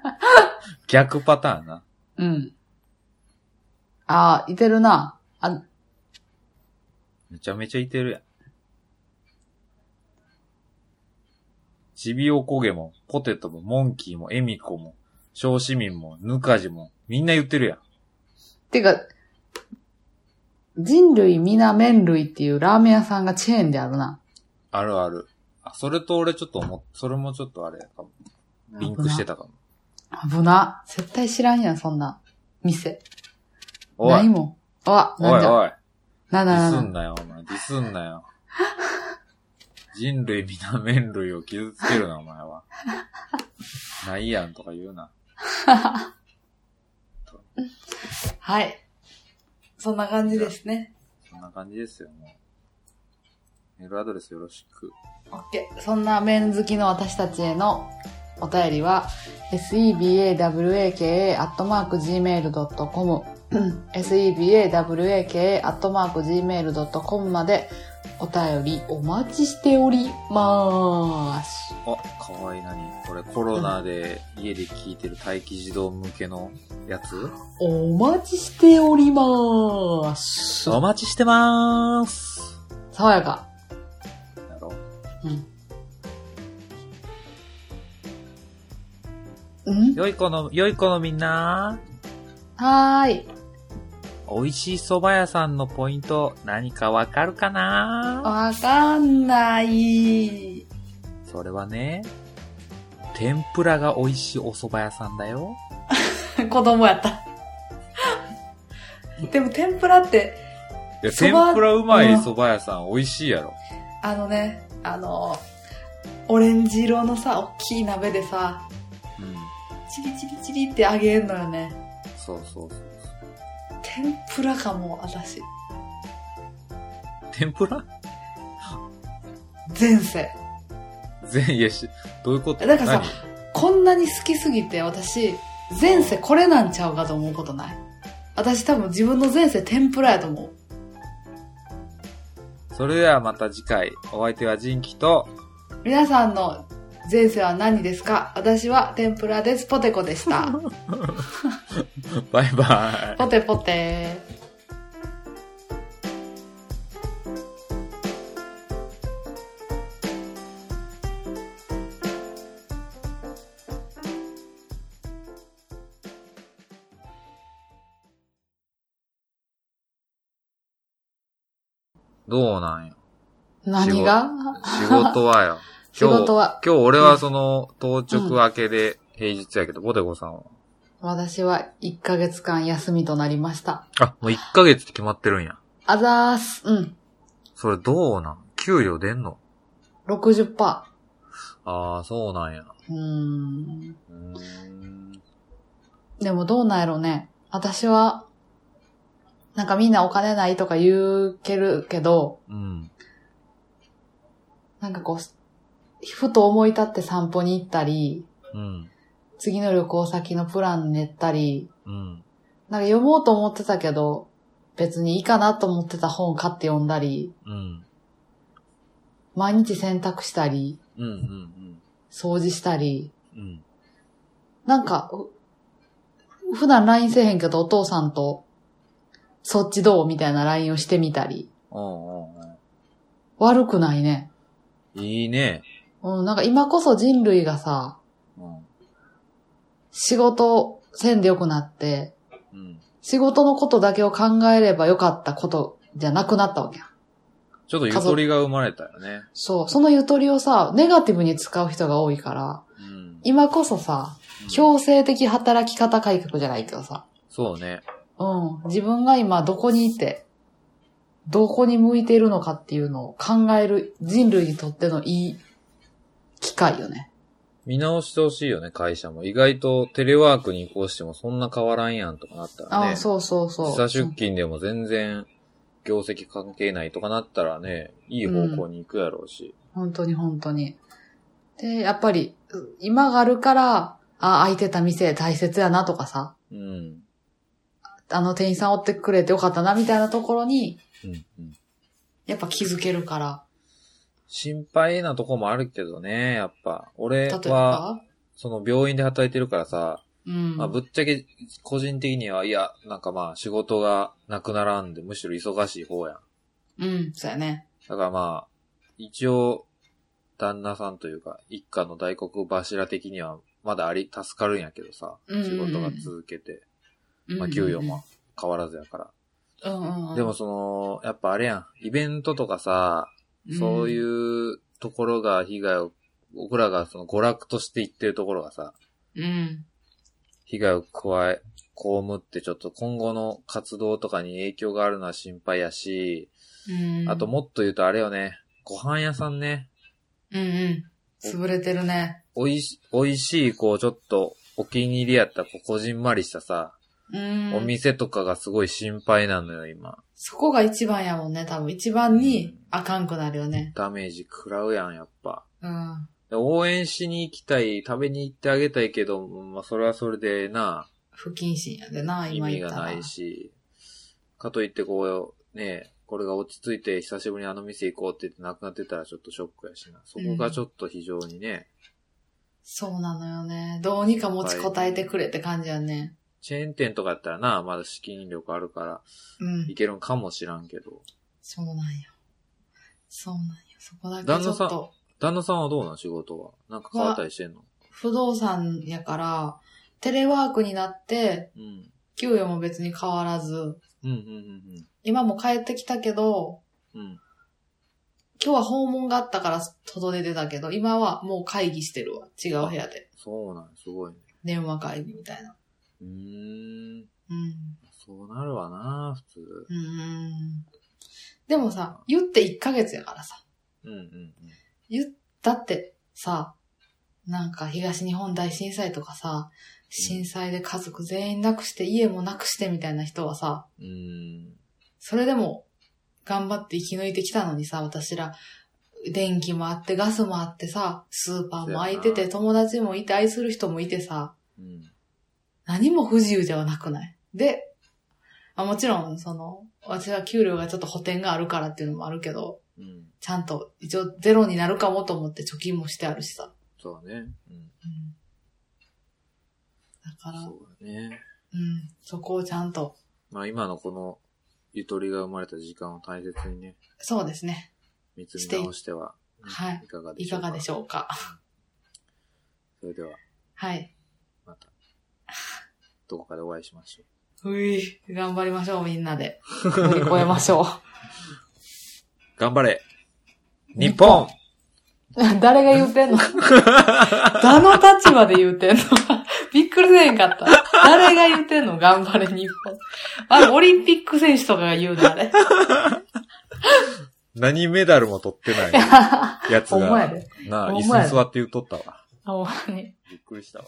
S1: 逆パターンな。
S2: うん。ああ、いてるな。あ、
S1: めちゃめちゃいてるやん。ちびおこげも、ポテトも、モンキーも、エミコも、小市民も、ぬかじも、みんな言ってるやん。
S2: てか、人類皆麺類っていうラーメン屋さんがチェーンであるな。
S1: あるある。あ、それと俺ちょっと思っ、それもちょっとあれかも。リンクしてたかも。
S2: 危な。絶対知らんやん、そんな。店。
S1: お
S2: ない
S1: い、
S2: もん。あ、
S1: お
S2: なん
S1: い
S2: じゃ。
S1: おい。
S2: な
S1: デ
S2: な
S1: ィ
S2: な
S1: ス
S2: なん
S1: なよ、お前。ディスんなよ。人類皆麺類を傷つけるな、お前は。ないやんとか言うな。
S2: はい。そんな感じですね。
S1: そんな感じですよ、もう。メールアドレスよろしく。
S2: オッケー。そんな麺好きの私たちへのお便りは、sebawaka.gmail.com、sebawaka.gmail.com までお便りお待ちしておりまーす。
S1: あ、かわいいなに。これコロナで家で聞いてる待機児童向けのやつ
S2: お待ちしておりまーす。
S1: お待ちしてまーす。
S2: 爽やか。
S1: やろう。
S2: うん
S1: 良い子の、良い子のみんな
S2: はーい。
S1: 美味しい蕎麦屋さんのポイント何かわかるかな
S2: わかんない。
S1: それはね、天ぷらが美味しいお蕎麦屋さんだよ。
S2: 子供やった。でも天ぷらって、
S1: いや、
S2: 蕎麦
S1: 天ぷらうまい蕎麦屋さん美味しいやろ。
S2: あのね、あの、オレンジ色のさ、おっきい鍋でさ、
S1: うん。
S2: チリチリチリって揚げるのよね。
S1: そうそうそう。
S2: 天ぷらかも、私。
S1: 天ぷら
S2: 前世。
S1: 全、いやし、どういうこと
S2: えだからさこんなに好きすぎて、私、前世これなんちゃうかと思うことない。私多分自分の前世天ぷらやと思う。
S1: 何それではまた次回、お相手はジンキと、
S2: 皆さんの前世は何ですか私は天ぷらです。ポテコで した。
S1: バイバイ。
S2: ポテポテ。
S1: どうなんや。
S2: 何が
S1: 仕事は よ。
S2: 仕事は、
S1: 今日俺はその、当直明けで平日やけど、ボテコさんは。
S2: 私は1ヶ月間休みとなりました。
S1: あ、もう1ヶ月って決まってるんや。
S2: あざーす。うん。
S1: それどうなん給料出んの
S2: 60%。
S1: ああ、そうなんや。
S2: うーん。
S1: うーん。
S2: でもどうなんやろね。私は、なんかみんなお金ないとか言うけるけど、
S1: うん。
S2: なんかこう、ふと思い立って散歩に行ったり、
S1: うん。
S2: 次の旅行先のプラン練ったり、
S1: うん。
S2: なんか読もうと思ってたけど、別にいいかなと思ってた本買って読んだり、
S1: うん。
S2: 毎日洗濯したり、
S1: うん。うん。
S2: 掃除したり、
S1: うん。
S2: なんか、う普段 LINE せえへんけどお父さんと、そっちどうみたいな LINE をしてみたり、
S1: おうん。うん
S2: 悪くないね。
S1: うん。いいね。
S2: うん、なんか今こそ人類がさ、
S1: うん。
S2: 仕事せんでよくなって、
S1: うん。
S2: 仕事のことだけを考えればよかったことじゃなくなったわけやん。
S1: ちょっとゆとりが生まれたよね。
S2: そう、そのゆとりをさ、ネガティブに使う人が多いから、
S1: うん。
S2: 今こそさ、強制的働き方改革じゃないけどさ、
S1: そうね。
S2: うん、自分が今どこにいて、どこに向いているのかっていうのを考える人類にとってのいい機会よね。
S1: 見直してほしいよね、会社も。意外とテレワークに移行してもそんな変わらんやんとかなったら
S2: あ
S1: ね。
S2: あ、そうそうそう。
S1: 時差出勤でも全然業績関係ないとかなったらね、いい方向に行くやろうし。
S2: 本当に本当に。で、やっぱり、う今があるから、あ、空いてた店大切やなとかさ、
S1: うん。うん。
S2: あの店員さんおってくれてよかったなみたいなところに、
S1: うん
S2: やっぱ気づけるから。
S1: 心配なとこもあるけどね、やっぱ。俺
S2: 例え
S1: は、
S2: ば、
S1: その病院で働いてるからさ、
S2: うん。
S1: まあぶっちゃけ個人的には、いや、なんかまあ仕事がなくならんで、むしろ忙しい方やん。
S2: うん、そうやね。
S1: だからまあ、一応、旦那さんというか、一家の大黒柱的には、まだあり、助かるんやけどさ、
S2: うんうんうん
S1: 仕事が続けて、まあ
S2: うん
S1: 給与も。変わらずやから。
S2: うんうんうん。
S1: でもその、やっぱあれやん、イベントとかさ、
S2: ん、
S1: そういうところが被害を、僕らがその娯楽として行ってるところがさ、
S2: うん。
S1: 被害を加え、被ってちょっと今後の活動とかに影響があるのは心配やし、
S2: うん。
S1: あともっと言うとあれよね、ご飯屋さんね、
S2: うんうん。潰れてるね。
S1: おいし、美味しい、こうちょっとお気に入りやった、こうこじんまりしたさ、
S2: うん。
S1: お店とかがすごい心配なのよ、今。
S2: そこが一番やもんね、多分。一番にあかんくなるよね。
S1: ダメージ食らうやん、やっぱ。
S2: うん。
S1: で応援しに行きたい、食べに行ってあげたいけど、まあそれはそれでな、
S2: 不謹慎やでな、
S1: 意
S2: 今
S1: 味
S2: 言っ
S1: が
S2: たら。
S1: ないし、かといってこう、ね、これが落ち着いて久しぶりにあの店行こうって言ってなくなってたらちょっとショックやしな。そこがちょっと非常にね、
S2: そうなのよね。どうにか持ちこたえてくれって感じやね。
S1: チェーン店とかやったらな、まだ資金力あるから、
S2: うん
S1: い。けるんかもしらんけど。
S2: そうなんよ。そうなんよ。そこだけ
S1: 旦
S2: ちょ
S1: 那
S2: っ
S1: さん
S2: と、
S1: 旦那さんはどうなん仕事は。なんか変わったりしてんの
S2: 不動産やから、テレワークになって、
S1: うん。
S2: 給与も別に変わらず、
S1: うん、うん、
S2: 今も帰ってきたけど、
S1: うん、うん。
S2: 今日は訪問があったから外出てたけど、今はもう会議してるわ。違う部屋で。
S1: そうなん、すごいね。
S2: 電話会議みたいな。
S1: うーん。
S2: うん。
S1: そうなるわな、普通。
S2: うーん。でもさ、言って1ヶ月やからさ。
S1: うん、うん、
S2: 言ったってさ、なんか東日本大震災とかさ、震災で家族全員なくして家もなくしてみたいな人はさ、
S1: うん。うーん。
S2: それでも頑張って生き抜いてきたのにさ、私ら、電気もあってガスもあってさ、スーパーも空い
S1: そ
S2: て
S1: うや
S2: て
S1: な
S2: 友達もいて愛する人もいてさ、
S1: うん。
S2: 何も不自由ではなくないで、あもちろん、その、私は給料がちょっと補填があるからっていうのもあるけど、
S1: うん。
S2: ちゃんと一応ゼロになるかもと思って貯金もしてあるしさ。
S1: そうね。うん。
S2: うん、だから、う
S1: そうだね。
S2: ん、そこをちゃんと、
S1: まあ今のこの、ゆとりが生まれた時間を大切にね、
S2: そうですね。
S1: 見つめ直しては、ね
S2: してはい
S1: いかがで
S2: い
S1: しょ
S2: か
S1: うか。
S2: がでしょうか。
S1: それでは、
S2: はい。
S1: また、どこかでお会いしましょう。
S2: うい、頑張りましょう、みんなで。乗り越えましょ
S1: 頑張れ日
S2: 日
S1: 本
S2: 本う。 誰が言うてんの誰の立場で言うてんの びっくりせえへんかった。誰が言うてんの頑張れ、日本。あ、オリンピック選手とかが言うの、あれ。
S1: 何メダルも取ってないやつ
S2: ほんまや
S1: が
S2: で、
S1: なあ、
S2: ほ
S1: 椅
S2: ん
S1: 子
S2: まや
S1: に
S2: で
S1: 座って言うとったわ。
S2: ほんまに。
S1: びっくりしたわ。